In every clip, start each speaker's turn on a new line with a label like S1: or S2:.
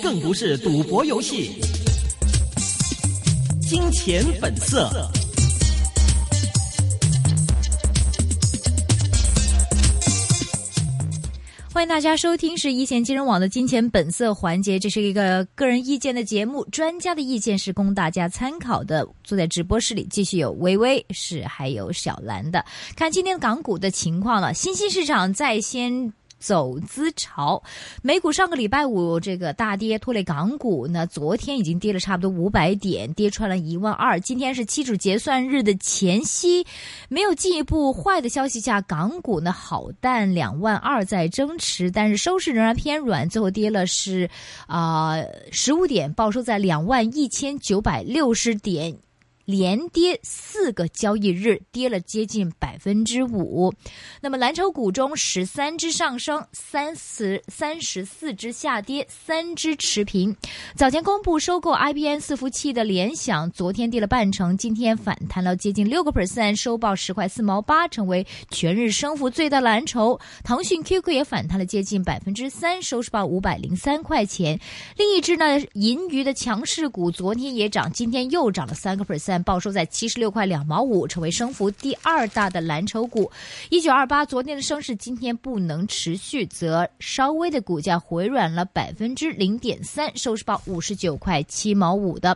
S1: 更不是赌博游戏。金钱本色。
S2: 欢迎大家收听是一线金融网的金钱本色环节，这是一个个人意见的节目，专家的意见是供大家参考的。坐在直播室里，继续有微微是还有小兰的。看今天港股的情况了，新兴市场在先。走资潮，美股上个礼拜五这个大跌拖累港股呢，昨天已经跌了差不多五百点，跌穿了一万二。今天是期指结算日的前夕，没有进一步坏的消息下，港股呢好淡两万二在争持，但是收市仍然偏软，最后跌了是啊十五点，报收在两万一千九百六十点。连跌四个交易日，跌了接近百分之五。那么蓝筹股中，十三只上升，三十三十四只下跌，三只持平。早前公布收购 IBM 伺服器的联想，昨天跌了半成，今天反弹了接近六个 percent，收报十块四毛八，成为全日升幅最大蓝筹。腾讯 QQ 也反弹了接近百分之三，收市报五百零三块钱。另一只呢，银娱的强势股昨天也涨，今天又涨了三个 percent。报收在七十六块两毛五，成为升幅第二大的蓝筹股。一九二八昨天的升势，今天不能持续，则稍微的股价回软了百分之零点三，收市报五十九块七毛五的。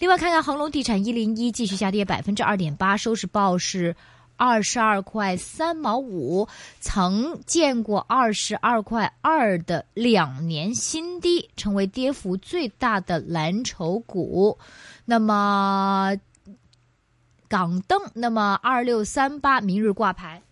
S2: 另外看看恒隆地产一零一继续下跌百分之二点八，收市报是。二十二块三毛五，曾见过二十二块二的两年新低，成为跌幅最大的蓝筹股。那么，港灯，那么二六三八明日挂牌。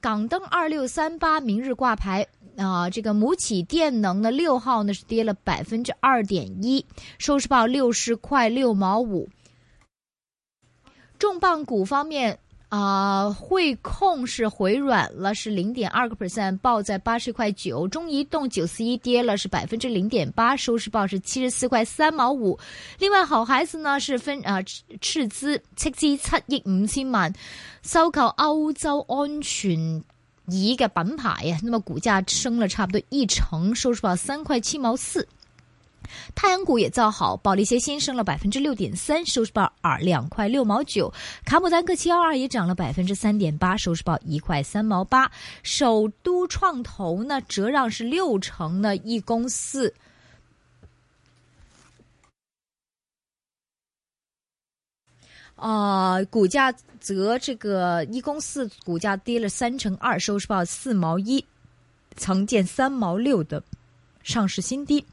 S2: 港灯二六三八明日挂牌啊、呃，这个母企电能呢，六号呢是跌了百分之二点一，收市报六十块六毛五。重磅股方面啊、呃，汇控是回软了，是零点二个 percent，报在八十块九。中移动九四一跌了是百分之零点八，收市报是七十四块三毛五。另外，好孩子呢是分啊、呃、斥资斥資七億五千萬。收購歐洲安全椅嘅品牌啊，那麼股價升了差不多一成，收市報三塊七毛四。太陽股也造好，保利協鑫升了百分之六點三，收市報二兩塊六毛九。卡姆丹克七幺二也漲了百分之三點八，收市報一塊三毛八。首都創投呢折讓是六成呢，一公四。啊、呃，股价则这个一公四股价跌了三成二，收市报四毛一，曾见三毛六的上市新低。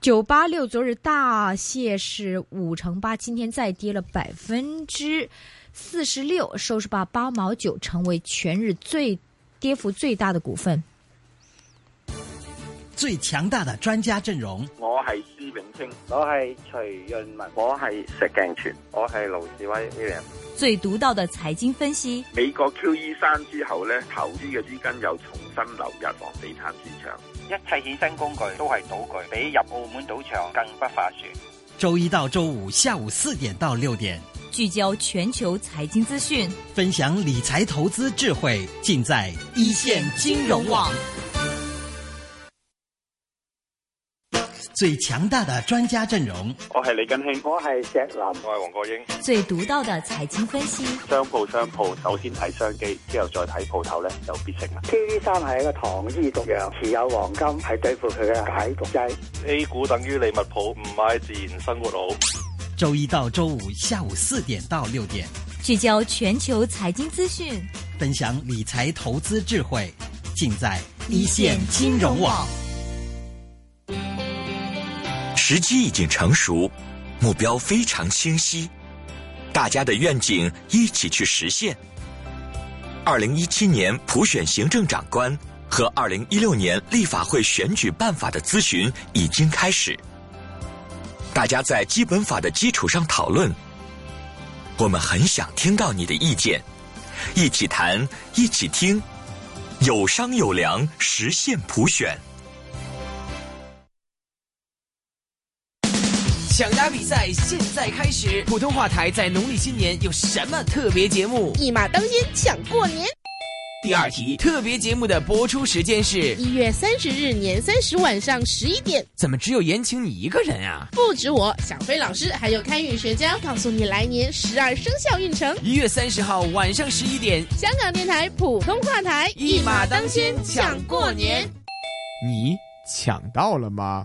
S2: 九八六昨日大泻是五成八，今天再跌了百分之四十六，收市报八毛九，成为全日最跌幅最大的股份。
S1: 最强大的專家陣容，
S3: 我係施永清，
S4: 我係徐潤文，
S5: 我係石鏡泉，
S6: 我係盧志威 William。
S7: 最獨到的財經分析，
S8: 美國
S9: E
S8: QE 三之後咧，投資嘅資金又重新流入房地產市場，
S10: 一切衍生工具都係賭具，比入澳門賭場更不划算。
S1: 周一到周五下午四點到六點，
S7: 聚焦全球財經資訊，
S1: 分享理財投資智慧，盡在一線金融網。最強大的專家陣容，
S11: 我係李根興，
S9: 我係石林，我
S12: 係黃國英。
S7: 最獨到的財經分析，
S13: 商鋪商鋪，首先睇商機，之後再睇鋪頭咧，就必勝啦。
S14: QE 三係一個糖衣毒藥，持有黃金係對付佢嘅解毒劑。
S15: A 股等於利物浦，唔買自然生活好。
S1: 周一到周五下午四點到六點，
S7: 聚焦全球財經資訊，
S1: 分享理財投資智慧，盡在一線金融網。
S16: 時機已經成熟，目標非常清晰，大家的願景一起去實現。二零一七年普選行政長官和二零一六年立法會選舉辦法的諮詢已經開始，大家在基本法的基礎上討論。我們很想聽到你的意見，一起談，一起聽，有商有量，實現普選。
S3: 抢答比赛现在开始。普通话台在农历新年有什么特别节目？
S5: 一马当先抢过年。
S3: 第二题，特别节目的播出时间是
S5: 一月三十日年三十晚上十一点。
S3: 怎么只有言情你一个人啊？
S5: 不止我，小飞老师还有堪舆学家告诉你来年十二生肖运程。
S3: 一月三十号晚上十一点，
S5: 香港电台普通话台
S3: 一马当先抢过年。
S11: 你抢到了吗？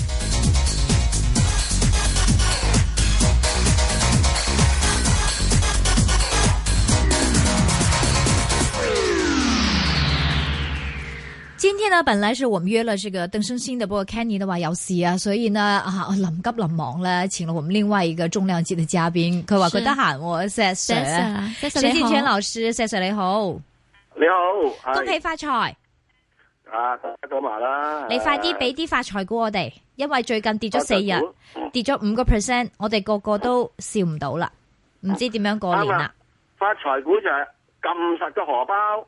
S2: 今天呢，本來是我們約了這個鄧生興的，不過 Kenny 的話有事啊，所以呢啊臨急臨忙咧，請了我們另外一個重量級的嘉賓，佢話佢得閒喎，Sir，Sir，佘建全老師，Sir 你好，
S9: 你好，
S2: 恭喜發財，
S9: 啊講埋啦，
S2: 你快啲俾啲發財股我哋，因為最近跌咗四日，跌咗五個 percent，我哋個個都笑唔到啦，唔知點樣過年啦，
S9: 發財股就係撳實個荷包。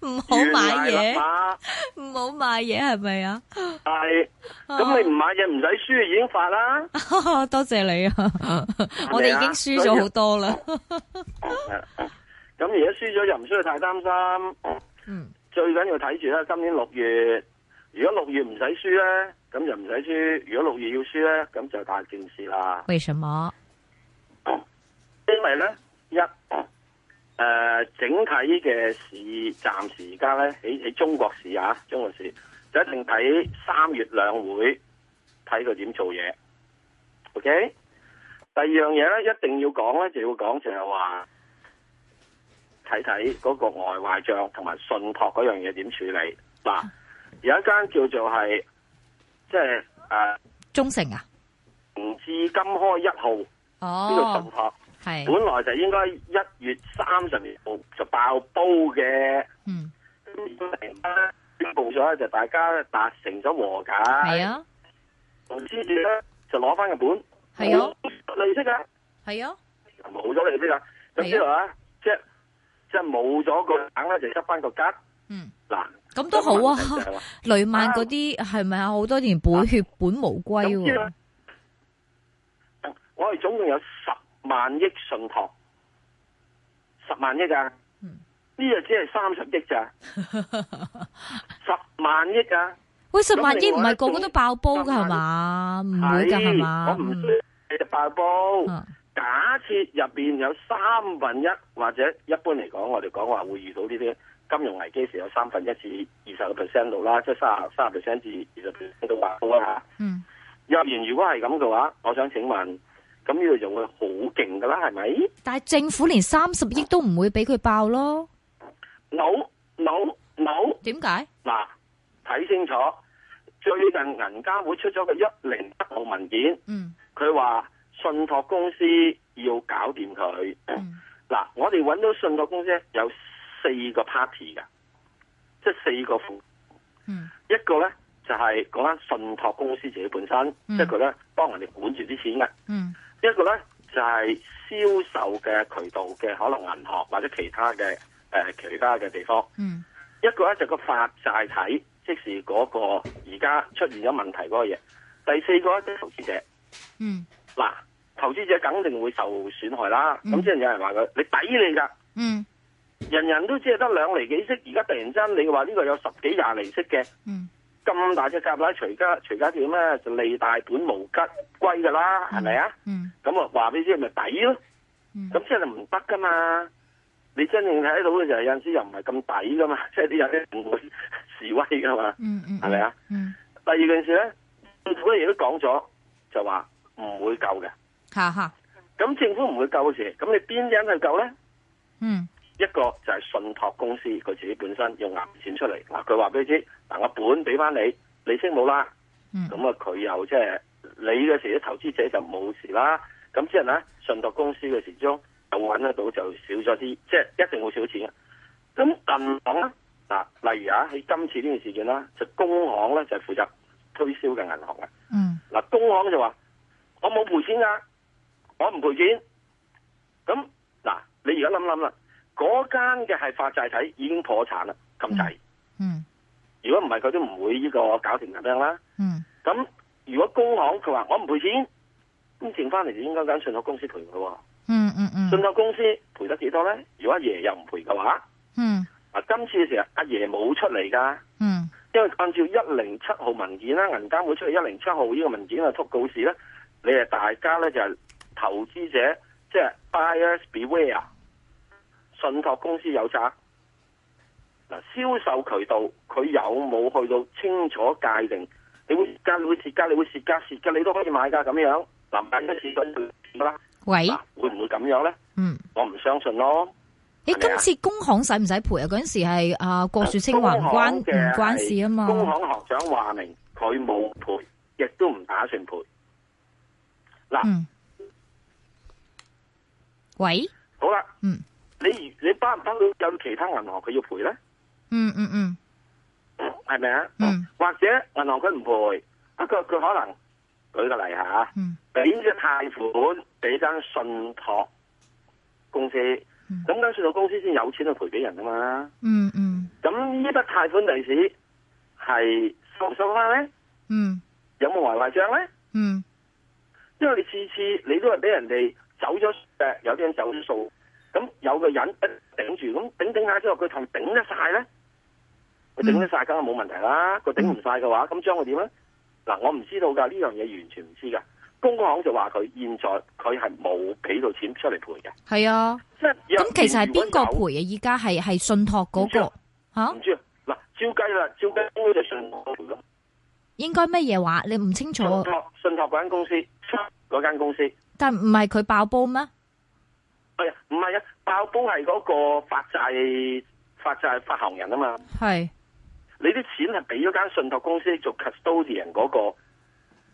S2: 唔好買嘢，唔好買嘢係咪啊？
S9: 係，咁你唔買嘢唔使輸，已經發啦。
S2: 啊多謝你 啊！我哋已經輸咗好多啦。
S9: 咁而家輸咗又唔需要太擔心。嗯，最緊要睇住啦。今年六月，如果六月唔使輸咧，咁就唔使輸；如果六月要輸咧，咁就大件事啦。
S2: 為什麼？
S9: 因為咧一。誒、呃，整體嘅市暫時而家咧，喺喺中國市啊，中國市就一定睇三月兩會，睇佢點做嘢。OK，第二樣嘢咧，一定要講咧，就要講就係話睇睇嗰個外壞帳同埋信託嗰樣嘢點處理。嗱，有一間叫做係即係誒
S2: 中誠啊，
S9: 吳志金開一號
S2: 哦，
S9: 呢個信託。
S2: 係，
S9: 本來就應該一月三十號就爆煲嘅，
S2: 嗯，
S9: 宣布咗就大家達成咗和解，
S2: 係啊，
S9: 之住咧就攞翻個本，
S2: 係啊，
S9: 利息啊，
S2: 係啊，
S9: 冇咗利息啊，咁之後啊，即係即係冇咗個硬咧，就執翻個吉，
S2: 嗯，
S9: 嗱，
S2: 咁都好啊，雷曼嗰啲係咪啊？好多年本血本無歸喎，
S9: 我哋總共有十。萬億信託，十萬億啊！
S2: 嗯
S9: 呢個只係三十億 咋，十萬億啊！
S2: 喂，十萬億唔係個個都爆煲噶係嘛？唔會噶係嘛？
S9: 啊
S2: 嗯
S9: 我唔你就爆煲。嗯、假設入邊有三分一，或者一般嚟講，我哋講話會遇到呢啲金融危機時有三分一至二十個 percent 度啦，即係卅卅 percent 至二十 percent 都爆煲啦。
S2: 嗯，
S9: 若然如果係咁嘅話，我想請問。咁呢度就會好勁噶啦，係咪？
S2: 但係政府連三十億都唔會俾佢爆咯。
S9: No no no，
S2: 點解？
S9: 嗱，睇清楚，最近銀監會出咗個一零一號文件，
S2: 嗯，
S9: 佢話信託公司要搞掂佢。嗱、
S2: 嗯，
S9: 我哋揾到信託公司有四個 party 噶，即係四個副，
S2: 嗯，
S9: 一個咧就係講緊信託公司自己本身，
S2: 嗯、
S9: 即係佢咧幫人哋管住啲錢嘅，
S2: 嗯。
S9: 一個咧就係、是、銷售嘅渠道嘅，可能銀行或者其他嘅誒、呃、其他嘅地方。
S2: 嗯，
S9: 一個咧就個發債體，即是嗰個而家出現咗問題嗰個嘢。第四個咧就投資者。
S2: 嗯，
S9: 嗱，投資者肯定會受損害啦。咁即係有人話佢你抵你㗎。
S2: 嗯，
S9: 人人都只係得兩厘幾息，而家突然間你話呢個有十幾廿厘息嘅。
S2: 嗯。
S9: 咁大隻蛤乸隨家隨家點咧，就利大本無吉歸噶啦，係咪啊？
S2: 嗯
S9: 咁啊話俾你知咪抵咯，咁即係唔得噶嘛。你真正睇到嘅就係有陣時又唔係咁抵噶嘛， 即係啲人咧唔會示威噶嘛，
S2: 嗯
S9: 係咪啊？第二件事咧，政府亦都講咗，就話唔會救嘅。
S2: 嚇嚇！
S9: 咁政府唔會救嘅時，咁你邊啲人去救咧？
S2: 嗯。
S9: 一個就係信託公司佢自己本身用銀錢出嚟，嗱佢話俾你知，嗱我本俾翻你，利息冇啦，咁啊佢又即係你嘅時啲投資者就冇事啦，咁之後咧信託公司嘅時鐘就揾得到就少咗啲，即係一定會少錢嘅。咁銀行咧嗱，例如啊喺今次呢件事件啦，就工行咧就係負責推銷嘅銀行嘅，
S2: 嗯，
S9: 嗱工行就話我冇賠錢噶，我唔賠錢。咁嗱，你而家諗諗啦，嗰間嘅係發債體已經破產啦，咁滯。
S2: 嗯，
S9: 如果唔係，佢都唔會呢個搞成咁樣啦。
S2: 嗯，
S9: 咁如果工行佢話我唔賠錢，咁剩翻嚟就應該揀信託公司賠佢喎。
S2: 嗯嗯嗯，
S9: 信託公司賠得幾多咧？如果阿爺又唔賠嘅話，
S2: 嗯
S9: 啊，今次嘅時候阿爺冇出嚟㗎。
S2: 嗯
S9: 因為按照一零七號文件啊啦，銀監會出嚟一零七號呢個文件嘅通告示咧，你係大家咧就係、投資者，即係 buyers beware，信託公司有責。嗱，銷售渠道佢有冇去到清楚界定？你會蝕價，你會蝕價，你會蝕價，蝕價你都可以買㗎咁樣。嗱，買咗蝕咗啦，
S2: 喂，
S9: 會唔會咁樣咧？
S2: 嗯，
S9: 我唔相信咯。
S2: 诶，今次工行使唔使賠啊？嗰阵时系啊郭樹清話唔關
S9: 工行
S2: 唔
S9: 嘅
S2: 关事啊嘛，
S9: 工行行長話明佢冇賠，亦都唔打算賠。嗱，
S2: 嗯，喂，
S9: 好啦，
S2: 嗯，
S9: 你你包唔包到有其他銀行佢要賠咧？
S2: 嗯嗯嗯
S9: 係咪啊？
S2: 嗯，
S9: 或者銀行佢唔賠，不過佢可能舉個例嚇，
S2: 嗯，
S9: 俾嘅貸款俾間信託公司，咁間信託公司先有錢去賠俾人啊嘛。
S2: 嗯嗯
S9: 咁呢筆貸款利是係收唔收翻咧？
S2: 嗯
S9: 有冇壞壞帳咧？
S2: 嗯
S9: 因為你次次你都係俾人哋走咗誒，有啲人走咗數，咁有個人一頂住，咁頂頂下之後，佢同頂得晒咧，佢頂得晒梗係冇問題啦。佢頂唔晒嘅話，咁將佢點咧？嗱，我唔知道㗎，呢樣嘢完全唔知㗎。工行就話佢現在佢係冇俾到錢出嚟賠嘅，
S2: 係啊，
S9: 即係若
S2: 咁其實係邊個賠啊啊？依家係係信託嗰個吓
S9: 唔，知啊嗱，照計啦，照計應該就信託賠咯，
S2: 應該乜嘢話？你唔清楚，
S9: 信託嗰間公司嗰間公司。
S2: 但唔係佢爆煲咩？
S9: 哎呀，唔係啊，爆煲係嗰個發債發債發行人啊嘛，
S2: 係
S9: 你啲錢係俾咗間信託公司做 custodian 嗰、個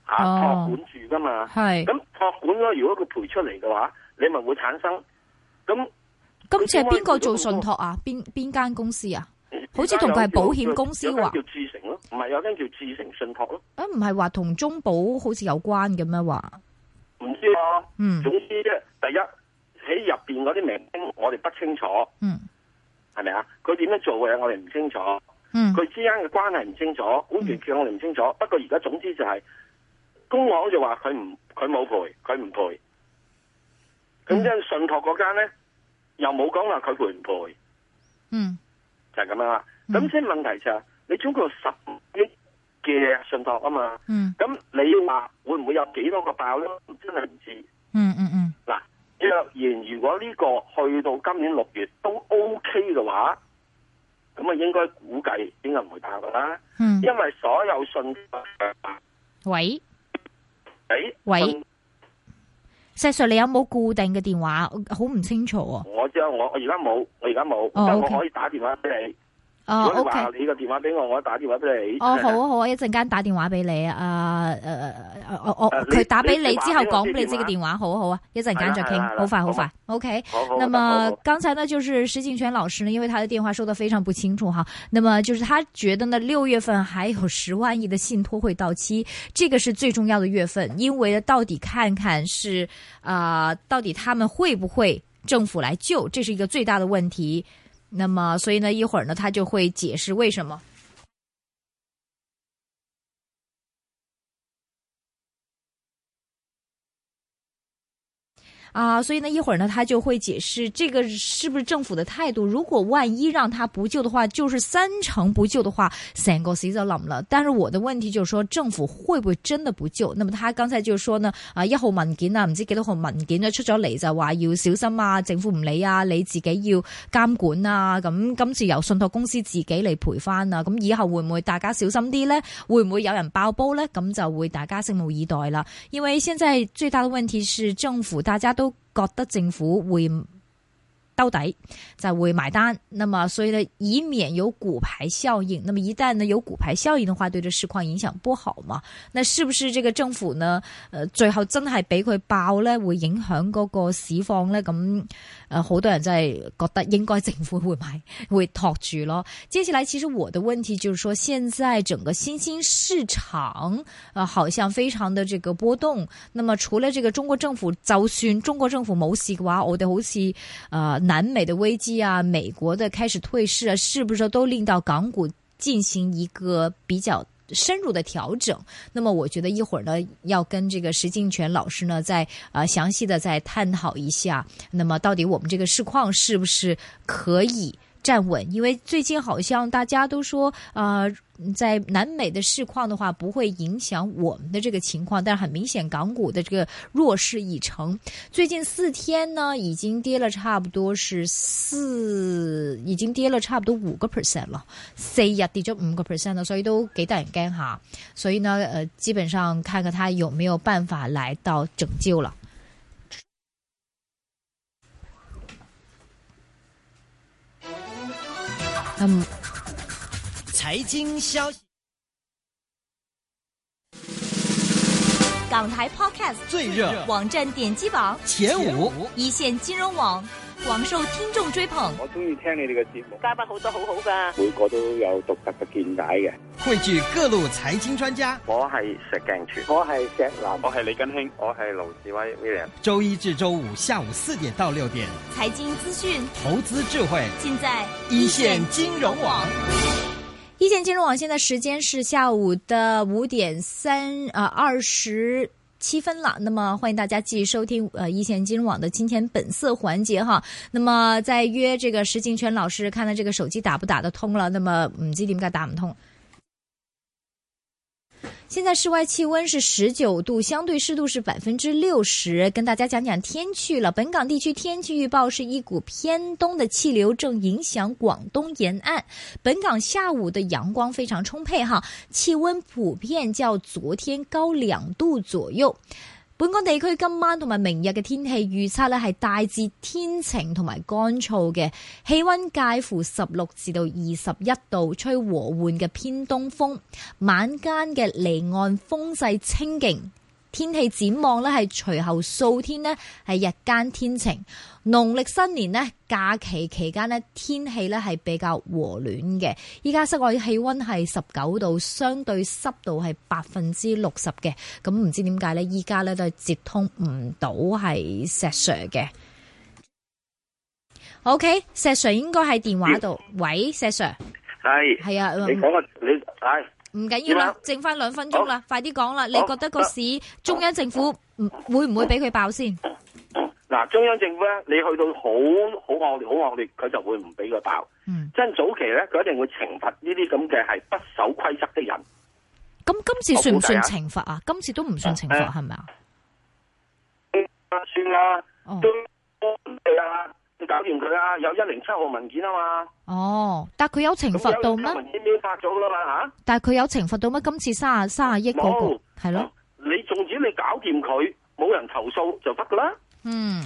S9: 啊
S2: 哦
S9: 託管住噶嘛，
S2: 係
S9: 咁託管咗，如果佢賠出嚟嘅話，你咪會產生咁
S2: 今次係邊個做信託啊？邊邊間公司啊？好似同佢係保險公司
S9: 有間
S2: 喎。
S9: 叫智誠咯，唔係有間叫智誠信託咯，
S2: 啊，唔係話同中保好似有關嘅咩話？
S9: 唔知啊，
S2: 嗯
S9: 總之即係第一喺入邊嗰啲名稱我哋不清楚，
S2: 嗯，
S9: 係咪啊？佢點樣做嘅我哋唔清楚。
S2: 嗯
S9: 佢之間嘅關係唔清楚，官員叫我哋唔清楚。不過而家總之就係、工行就話佢唔佢冇賠，佢唔賠。咁因為信託嗰間咧又冇講話佢賠唔賠，
S2: 嗯
S9: 就係、咁樣啦。咁即係問題就係、你中國有十億嘅信託啊嘛，
S2: 嗯
S9: 咁你話會唔會有幾多個爆咧？真係唔知。
S2: 嗯嗯嗯
S9: 嗱，若然如果呢個去到今年六月都 OK 嘅話，咁啊應該估計應該唔會爆噶啦。
S2: 嗯
S9: 因為所有信呃託
S2: 喂
S9: 誒
S2: 喂，石 Sir，你有冇固定嘅電話？好唔清楚啊。
S9: 我知道我我而家冇，我而家冇，但係
S2: 哦 OK
S9: 我可以打電話俾你。
S2: 哦
S9: 如果你話
S2: OK
S9: 你個電話俾我，我打電話俾你。
S2: 哦，好啊好啊，一陣間打電話俾你啊。啊誒誒誒我我
S9: 誒啊你
S2: 佢打俾
S9: 你
S2: 你
S9: 你
S2: 之
S9: 話
S2: 後
S9: 俾我
S2: 講
S9: 知
S2: 俾你知個
S9: 電
S2: 電話，好啊好啊，一陣間再
S9: 係
S2: 傾
S9: 啦係啦，
S2: 好快好
S9: 好
S2: 快
S9: 嘛
S2: ，OK
S9: 好好。
S2: 那
S9: 好
S2: 麼
S9: 好
S2: 剛才呢，就是石敬全老師呢，因為他的電話說得非常不清楚哈。那麼就是他覺得呢，六月份還有十萬億的信托会到期，这个是最重要的月份，因为呢，到底看看是啊、到底他们会不会政府来救，这是一个最大的问题。那么，所以呢，一会儿呢，他就会解释为什么。啊，所以呢，一会儿呢，他就会解释这个是不是政府的态度。如果万一让他不救的话，就是三成不救的话，整个死就冧了。但是我的问题就是说，政府会不会真的不救？那么他刚才就说呢，啊一號文件啊，唔知幾多號文件咧出咗嚟就話要小心啊，政府唔理啊，你自己要監管啊。咁今次由信託公司自己嚟賠翻啊。咁以後會唔會大家小心啲呢？會唔會有人爆煲呢？咁就會大家拭目以待啦。因為現在最大的問題是政府，大家都覺得政府會兜底，就會埋單。那麼所以呢，以免有骨牌效應。那麼一旦呢有骨牌效應的話，對這市況影響不好嘛？那是不是這個政府呢？誒、呃，最後真係俾佢爆呢，會影響嗰個市況呢？咁誒，好多人真係覺得應該政府會買，會托住咯。接下來其實我的問題就是說，現在整個新興市場啊、呃，好像非常的這個波動。那麼除了這個中國政府，就算中國政府冇事嘅話，我哋好似誒、呃、南美的危機啊，美國的開始退市啊，是不是都令到港股進行一個比較深入的調整，那麼我覺得一會兒呢，要跟這個石鏡泉老師呢，再啊、呃、詳細的再探討一下，那麼到底我們這個市況是不是可以站穩？因為最近好像大家都說，呃，在南美的市況的話，不會影響我們的這個情況，但是很明顯，港股的這個弱勢已成。最近四天呢，已經跌了差不多是四，已經跌了差不多五個 percent 了，四日跌咗五個 percent 啦，所以都幾得人驚吓。所以呢，呃，基本上看看他有沒有辦法來到拯救了。嗯，
S1: 財經消息，
S7: 港台 Podcast
S1: 最熱
S7: 網站點擊榜
S1: 前五，
S7: 一線金融網廣受聽眾追捧。
S4: 我中意聽你哋嘅節目，
S12: 嘉賓好多好好噶，
S4: 每個都有獨特嘅見解嘅。
S1: 匯聚各路財經專家，
S6: 我係石鏡泉，
S14: 我係石南，
S13: 我係李根興，
S6: 我係盧志威 William。
S1: 周一至周五下午四點到六點，
S7: 財經資訊、
S1: 投資智慧，
S7: 盡在
S1: 一線金融網。
S2: 一線金融網現在時間是下午的五點三啊二十。七分了，那麼歡迎大家繼續收聽呃一線金融網的今天本色環節哈。那麼再約這個石鏡泉老師，看看這個手機打不打得通了。那麼唔知點解打唔通。現在室外氣溫是十九度，相對濕度是百分之六十。跟大家講講天氣了。本港地區天氣預報是一股偏東的氣流正影響廣東沿岸。本港下午的陽光非常充沛哈，氣溫普遍較昨天高兩度左右。本港地區今晚同埋明日嘅天氣預測呢係大致天晴同埋乾燥嘅，氣温介乎十六至到二十一度，吹和緩嘅偏東風，晚間嘅離岸風勢清勁。天氣展望呢係隨後數天呢係日間天晴。農曆新年呢假期期間呢天氣呢係比較和暖嘅。依家室外氣温係十九度，相對濕度係百分之六十嘅。咁唔知點解呢？依家呢都係接通唔到係石 Sir 嘅。OK，石 Sir 應該喺電話度。喂，石 Sir，
S9: 係
S2: 係啊，
S9: 你講啊，你係。
S2: 唔緊要啦，剩翻兩分鐘啦，快啲講啦！你覺得個市中央政府會唔會俾佢爆先？
S9: 嗱，中央政府咧，你去到好好惡劣、好惡劣，佢就會唔俾佢爆。嗯，即係早期咧，佢一定會懲罰呢啲咁嘅係不守規則的人。
S2: 咁今次算唔算懲罰啊？今次都唔算懲罰係咪啊？
S9: 啊算啦，
S2: 哦
S9: 都係啊，你搞掂佢啊！有一零七號文件啊嘛。
S2: 哦，但係佢有懲罰到咩？
S9: 文件已經發咗啦嘛嚇。
S2: 但係佢有懲罰到咩？今次三十三十億嗰個係咯。
S9: 你縱使你搞掂佢，冇人投訴就得噶啦。
S2: 嗯，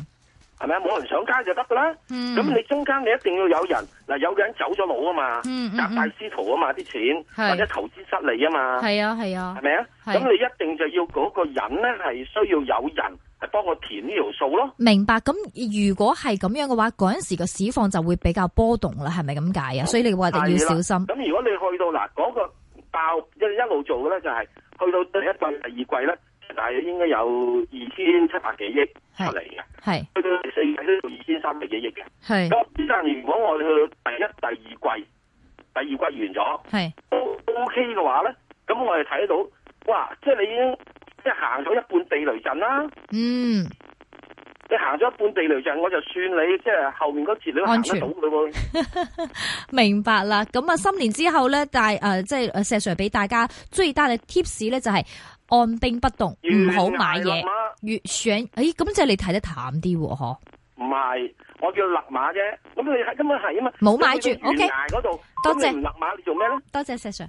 S9: 係咪啊？冇人上街就得噶啦。嗯。咁你中間你一定要有人嗱，有個人走咗佬啊嘛，
S2: 嗯
S9: 夾帶私逃啊嘛啲錢，或者投資失利啊嘛。
S2: 係啊係啊。
S9: 係咪啊？咁你一定就要嗰個人咧係需要有人。係幫我填呢條數咯。
S2: 明白，咁如果係咁樣嘅話，嗰陣時個市況就會比較波動啦，係咪咁解啊？所以你話一定要小心。
S9: 咁如果你去到嗱嗰、嗰個爆一一路做嘅咧、就係，就係去到第一季、第二季咧，大約應該有二千七百幾億出嚟嘅。
S2: 係
S9: 去到第四季都二千三百幾億嘅。
S2: 係
S9: 咁，但係如果我哋去到第一、第二季，第二季完咗，
S2: 係
S9: O K 嘅話咧，咁我哋睇到哇，即係你已經。即係行咗一半地雷陣啦，
S2: 嗯，
S9: 你行咗一半地雷陣，我就算你即係後面嗰節你都行得到嘅喎。
S2: 明白啦，咁啊，新年之後咧，但係誒，呃即係石 Sir 俾大家最大嘅 tips 咧，就係按兵不動，唔好買嘢，
S9: 啊
S2: 越想，誒，咁即係你睇得淡啲喎，嗬？
S9: 唔係，我叫勒馬啫，咁你係根本係啊嘛，
S2: 冇買住，OK，
S9: 嗰度
S2: 多謝
S9: 勒馬，你做咩咧？
S2: 多謝石 Sir。